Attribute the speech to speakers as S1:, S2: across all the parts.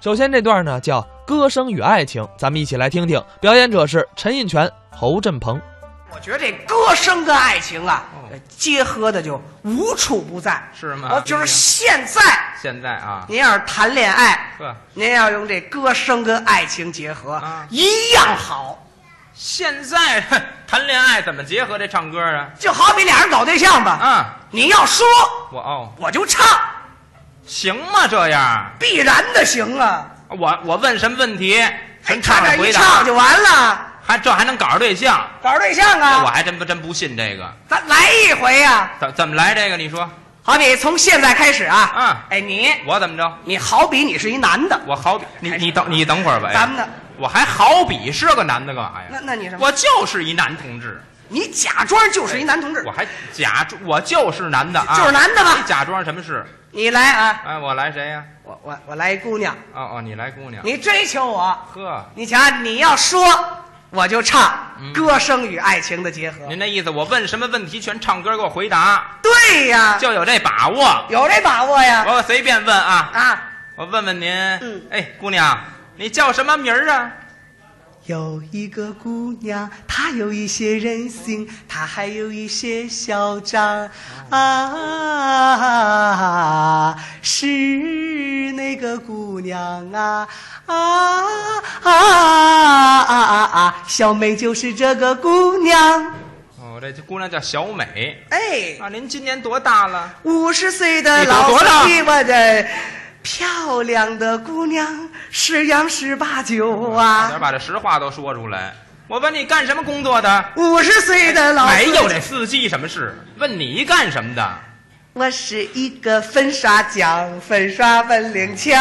S1: 首先这段呢叫《歌声与爱情》，咱们一起来听听，表演者是陈印泉、侯振鹏。
S2: 我觉得这歌声跟爱情啊，呃结合的就无处不在。
S3: 哦是吗
S2: 我就是现在，
S3: 现在啊，
S2: 您要是谈恋爱，
S3: 呵，
S2: 您要用这歌声跟爱情结合，
S3: 啊
S2: 一样好。
S3: 现在 哼谈恋爱怎么结合这唱歌啊？
S2: 就好比俩人搞对象吧，
S3: 啊，
S2: 你要说
S3: 我哦，
S2: 我就唱，
S3: 行吗？这样，
S2: 必然的行啊。
S3: 我我问什么问题，
S2: 哎
S3: 全
S2: 他
S3: 唱
S2: 这
S3: 着
S2: 一
S3: 回
S2: 唱
S3: 答，
S2: 就完了，
S3: 还这还能搞着对象？
S2: 搞对象
S3: 我
S2: 啊，
S3: 还真不真不信这个，
S2: 咱来一回呀、
S3: 怎怎么来这个？你说
S2: 好比从现在开始啊，
S3: 啊
S2: 哎你
S3: 我怎么着？
S2: 你好比你是一男的，
S3: 我好比你你等你等会儿吧，哎
S2: 咱们呢，
S3: 我还好比是个男的干嘛
S2: 那
S3: 呀？
S2: 那你什么？
S3: 我就是一男同志，
S2: 你假装就是一男同志
S3: 哎我，还假装我就是男的啊，
S2: 就是男的
S3: 你
S2: 吧？
S3: 假装什么事？
S2: 你来啊，
S3: 哎，我来谁呀？
S2: 我我我来一姑娘，
S3: 哦哦，你来姑娘，
S2: 你追求我，
S3: 呵，
S2: 你瞧你要说我就唱，
S3: 嗯
S2: 歌声与爱情的结合，
S3: 您那意思，我问什么问题全唱歌给我回答，
S2: 对呀，
S3: 就有这把握。
S2: 有这把握呀
S3: 我随便问啊，
S2: 啊。
S3: 我问问您，
S2: 嗯
S3: 哎，姑娘，你叫什么名儿啊？
S2: 有一个姑娘，她有一些任性，她还有一些嚣张啊！是那个姑娘啊啊啊啊啊啊！小美就是这个姑娘。
S3: 哦，这姑娘叫小美
S2: 哎，
S3: 啊。您今年多大了？
S2: 五十岁的
S3: 你多
S2: 老
S3: 多大
S2: 司机，我的漂亮的姑娘，十羊十八九
S3: 差点
S2: 啊！
S3: 把这实话都说出来。我问你干什么工作的？
S2: 五十岁的老
S3: 没
S2: 司
S3: 有
S2: 机
S3: 这司机什么事？问你干什么的？
S2: 我是一个粉刷匠，粉刷本领强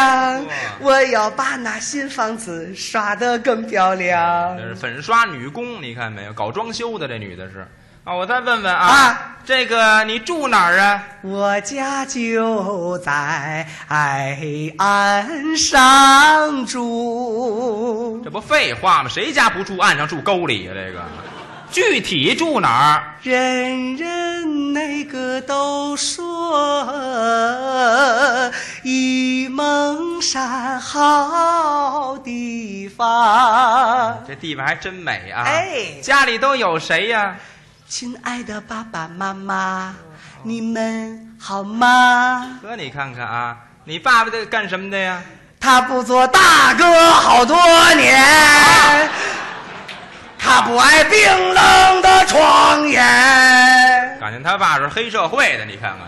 S3: 哇，
S2: 我要把那新房子刷得更漂亮
S3: 这。是粉刷女工，你看没有？搞装修的这女的是啊。我再问问啊，
S2: 啊
S3: 这个你住哪儿啊？
S2: 我家就在岸上住
S3: 这，不废话吗？谁家不住岸上住沟里呀、这个具体住哪儿？
S2: 人人那个都说沂蒙山好地方。
S3: 这地方还真美啊！
S2: 哎
S3: 家里都有谁呀、
S2: 亲爱的爸爸妈妈，你们好吗？
S3: 哥，你看看啊，你爸爸这干什么的呀？
S2: 他不做大哥好多年，他不爱冰冷的床沿，
S3: 感情他爸是黑社会的，你看看。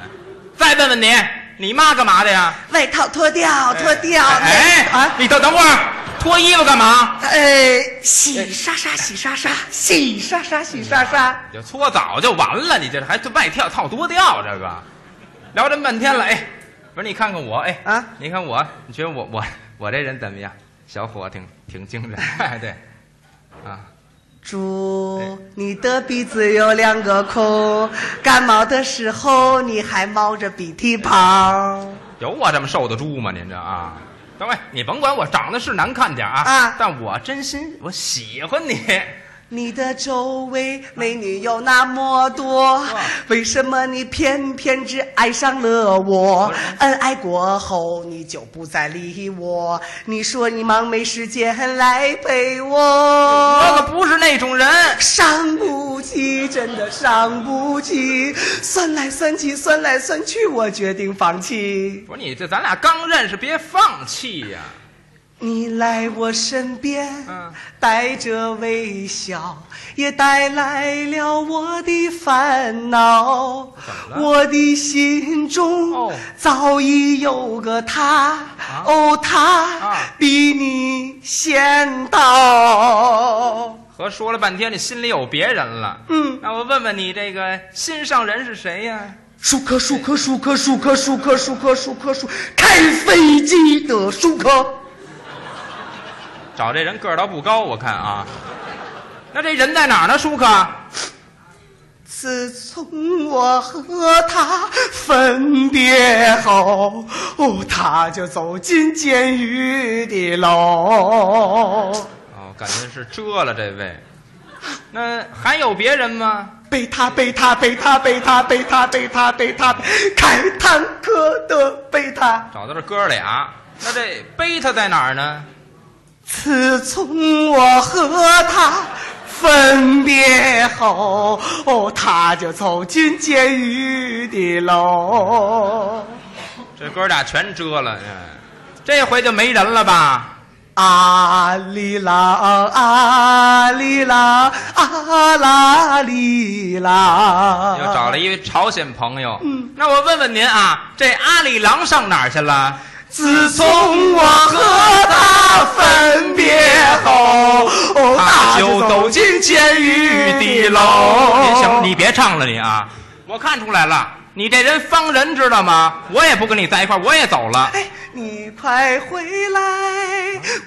S3: 再问问你，你妈干嘛的呀？
S2: 外套脱掉，脱掉，
S3: 哎，
S2: 那啊，
S3: 你等等会儿，脱衣服干嘛？
S2: 哎，洗刷刷，洗刷刷，洗刷刷，洗刷刷，
S3: 你就搓澡就完了，你这还外跳套多掉这个，聊这么半天了，哎，不是你看看我，哎
S2: 啊
S3: 你看我，你觉得我我我这人怎么样？小伙挺挺精神，哎对，啊，
S2: 猪，你的鼻子有两个孔，感冒的时候你还冒着鼻涕泡。
S3: 有我这么瘦的猪吗？您这啊，等会你甭管我长得是难看点啊，
S2: 啊
S3: 但我真心我喜欢你，
S2: 你的周围美女有那么多，为什么你偏偏只爱上了我？恩爱过后你就不再理我，你说你忙没时间来陪
S3: 我
S2: 我。
S3: 可不是那种人。
S2: 伤不起，真的伤不起，算来算去，算来算去，我决定放弃。
S3: 不是你这咱俩刚认识，别放弃呀、
S2: 你来我身边
S3: 嗯，
S2: 带着微笑，也带来了我的烦恼。
S3: 怎么了
S2: 我的心中
S3: 哦
S2: 早已有个他，
S3: 啊
S2: 哦，他
S3: 啊
S2: 比你先到。
S3: 和说了半天，你心里有别人了。
S2: 嗯，
S3: 那我问问你，这个心上人是谁呀、
S2: 舒克，舒克，舒克，舒克，舒克，舒克，舒克，舒开飞机的舒克。
S3: 找这人个儿倒不高，我看啊。那这人在哪儿呢，舒克？
S2: 自从我和他分别后，哦，他就走进监狱的牢，
S3: 哦，感觉是遮了这位。那还有别人吗？
S2: 被他被他被他被他被他被他被他，开坦克的被他，
S3: 找到这哥俩，那这贝塔在哪儿呢？
S2: 自从我和他分别后，哦，他就走进监狱的楼。
S3: 这哥俩全遮了，哎这回就没人了吧？
S2: 啊里郎啊里郎啊啦里郎，
S3: 又找了一位朝鲜朋友。
S2: 嗯
S3: 那我问问您啊，这阿里郎上哪儿去了？
S2: 自从我和他分别后，哦
S3: 他
S2: 他
S3: 就
S2: 就
S3: 走
S2: 走进监狱的楼。
S3: 您行，你别唱了，你啊！我看出来了，你这人方人，知道吗？我也不跟你在一块儿，我也走了。
S2: 哎，你快回来，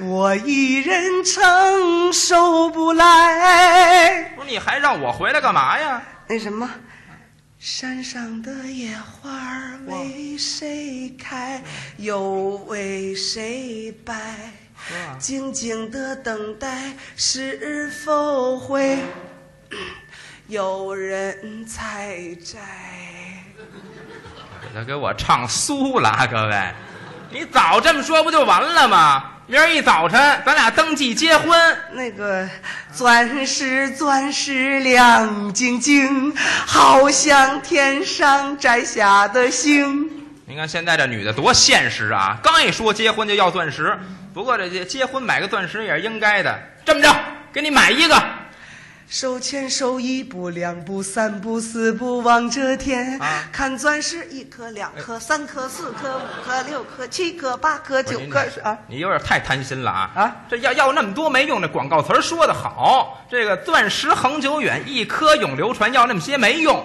S2: 我一人承受不来。
S3: 不是，你还让我回来干嘛呀？
S2: 那什么，山上的野花儿为谁开，又为谁败？静静的等待，是否会 有人采摘？
S3: 他给我唱酥了啊，各位！你早这么说不就完了吗？明儿一早晨，咱俩登记结婚。
S2: 那个钻石，钻石亮晶晶，好像天上摘下的星。
S3: 你看现在这女的多现实啊！刚一说结婚就要钻石，不过这结结婚买个钻石也是应该的。这么着，给你买一个。
S2: 手牵手，一步两步三步四步望着天，
S3: 啊
S2: 看钻石一颗两颗三颗四颗五颗六颗七颗八颗
S3: 不是
S2: 九
S3: 您
S2: 颗
S3: 这
S2: 啊！
S3: 你有点太贪心了啊！
S2: 啊，
S3: 这要要那么多没用的广告词儿说的好，这个钻石恒久远，一颗永流传，要那么些没用。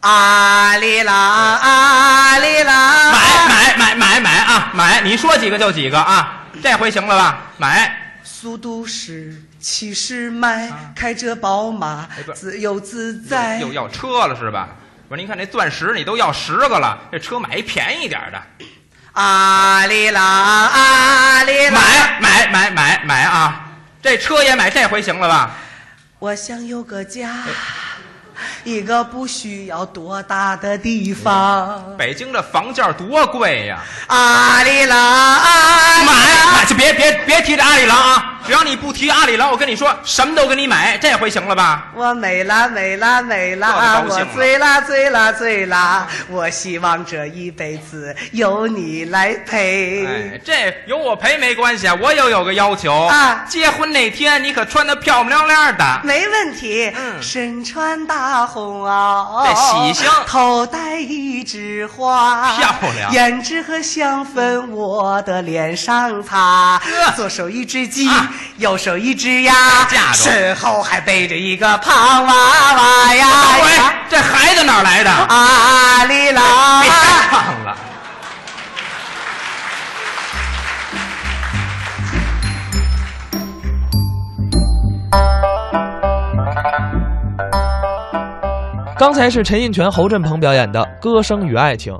S2: 阿里郎，阿里郎，
S3: 买买买买买啊，买！你说几个就几个啊，这回行了吧？买，
S2: 速度是七十迈，开着宝马
S3: 啊哎不是
S2: 自由自在
S3: 又。要车了是吧？不是，您看这钻石你都要十个了，这车买一便宜点儿的。
S2: 阿里郎，阿里郎。
S3: 买买买买买啊！这车也买，这回行了吧？
S2: 我想有个家，一个不需要多大的地方。
S3: 北京这房价多贵呀！
S2: 阿里郎，阿里郎
S3: 买买，就别别别提这阿里郎啊！只要你不提阿里郎，我跟你说，什么都给你买，这回行了吧？
S2: 我美啦美啦美
S3: 这
S2: 啦，
S3: 就高兴
S2: 我醉
S3: 了
S2: 啦醉啦醉啦，我希望这一辈子由你来陪。
S3: 哎，这有我陪没关系啊，我也有个要求
S2: 啊
S3: 结婚那天你可穿的漂漂亮亮的，
S2: 没问题，
S3: 嗯
S2: 身穿大红袄，
S3: 得喜庆
S2: 头戴一枝花，
S3: 漂亮
S2: 胭脂和香粉我的脸上擦
S3: 呵，
S2: 左手一只鸡
S3: 啊，
S2: 右手一只鸭
S3: 架，住
S2: 身后还背着一个胖娃娃哎呀啊
S3: 喂
S2: 呀，，
S3: 这孩子哪儿来的？
S2: 阿里郎
S3: 别
S2: 啊。
S3: 唱了。
S1: 刚才是陈印泉、侯振鹏表演的《歌声与爱情》。